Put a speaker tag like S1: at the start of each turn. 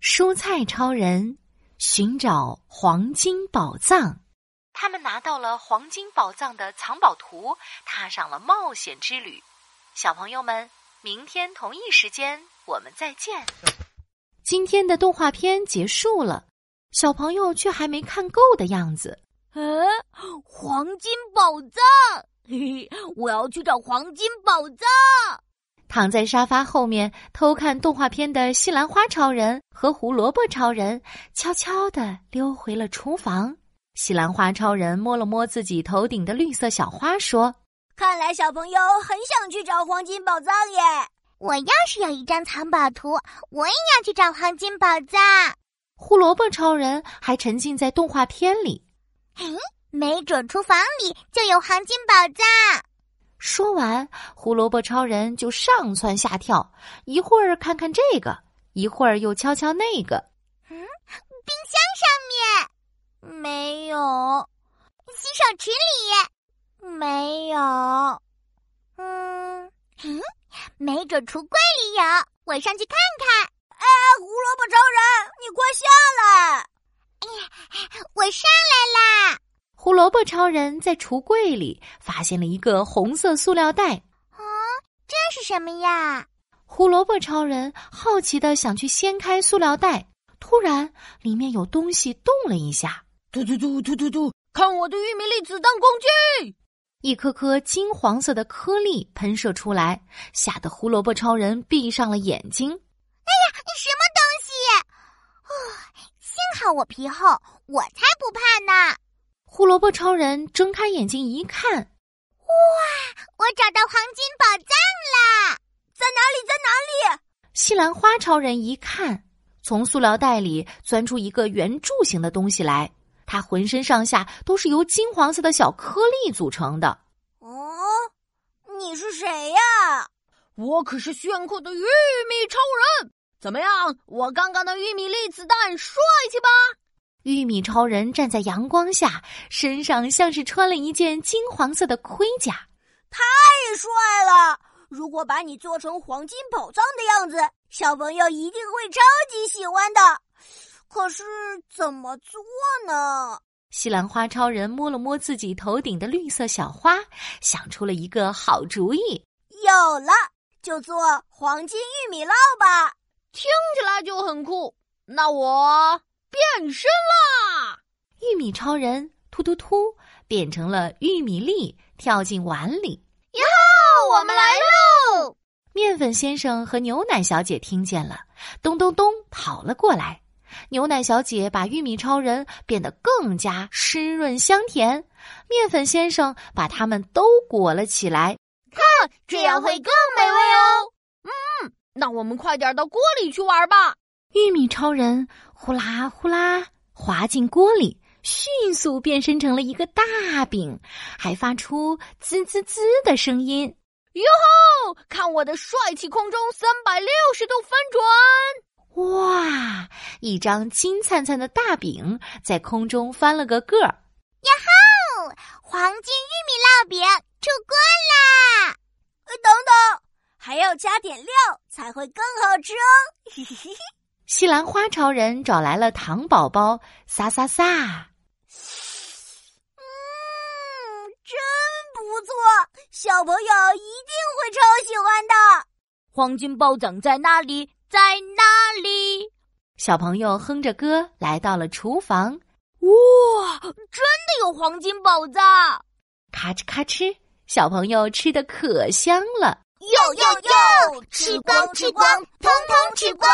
S1: 蔬菜超人寻找黄金宝藏。他们拿到了黄金宝藏的藏宝图，踏上了冒险之旅。小朋友们，明天同一时间我们再见。今天的动画片结束了，小朋友却还没看够的样子。
S2: 嗯，黄金宝藏，嘿嘿，我要去找黄金宝藏。
S1: 躺在沙发后面偷看动画片的西兰花超人和胡萝卜超人，悄悄地溜回了厨房。西兰花超人摸了摸自己头顶的绿色小花，说
S3: 看来小朋友很想去找黄金宝藏耶。
S4: 我要是有一张藏宝图，我也要去找黄金宝藏。：“
S1: 胡萝卜超人还沉浸在动画片里。
S4: 没准厨房里就有黄金宝藏。”
S1: 说完，胡萝卜超人就上蹿下跳，一会儿看看这个，一会儿又敲敲那个。
S4: 冰箱上面没有，洗手池里没有，嗯 嗯，没准橱柜里有，我上去看看。
S3: 哎，胡萝卜超人，你快下来！
S4: 哎我上来啦！
S1: 胡萝卜超人在橱柜里发现了一个红色塑料袋，
S4: 这是什么呀？
S1: 胡萝卜超人好奇的想去掀开塑料袋，突然里面有东西动了一下，
S2: 突突突突突突！看我的玉米粒子弹工具！
S1: 一颗颗金黄色的颗粒喷射出来，吓得胡萝卜超人闭上了眼睛。
S4: 什么东西？哦，幸好我皮厚，我才不怕呢！
S1: 胡萝卜超人睁开眼睛一看，
S4: 我找到黄金宝藏啦！
S3: 在哪里？在哪里？
S1: 西兰花超人一看，从塑料袋里钻出一个圆柱形的东西来，它浑身上下都是由金黄色的小颗粒组成的。
S3: 哦，你是谁呀？
S2: 我可是炫酷的玉米超人！怎么样，我刚刚的玉米粒子弹帅气吧？
S1: 玉米超人站在阳光下，身上像是穿了一件金黄色的盔甲。
S3: 太帅了！如果把你做成黄金宝藏的样子，小朋友一定会超级喜欢的。可是怎么做呢？
S1: 西兰花超人摸了摸自己头顶的绿色小花，想出了一个好主意。
S3: 有了，就做黄金玉米烙吧！
S2: 听起来就很酷。那我变身啦！
S1: 玉米超人突突突变成了玉米粒，跳进碗里。
S2: 那我们来了！
S1: 面粉先生和牛奶小姐听见了，咚咚咚跑了过来。牛奶小姐把玉米超人变得更加湿润香甜，面粉先生把它们都裹了起来。
S2: 这样会更美味哦。嗯，那我们快点到锅里去玩吧。
S1: 玉米超人呼啦呼啦滑进锅里，迅速变身成了一个大饼，还发出滋滋滋的声音。
S2: 哦，看我的帅气空中三百六十度翻转！
S1: 哇！一张金灿灿的大饼在空中翻了个个儿。
S4: 黄金玉米烙饼出锅啦！
S3: 呃等等，还要加点料才会更好吃哦。 嘿嘿嘿。
S1: 西兰花超人找来了糖宝宝，撒撒撒！
S3: 嗯，真不错，小朋友一定会超喜欢的。
S2: 黄金包藏在哪里？在哪里？
S1: 小朋友哼着歌来到了厨房，
S2: 哇，真的有黄金宝藏！
S1: 咔哧咔哧，小朋友吃的可香了。
S3: 哟哟哟，
S4: 吃光吃光，通通吃光！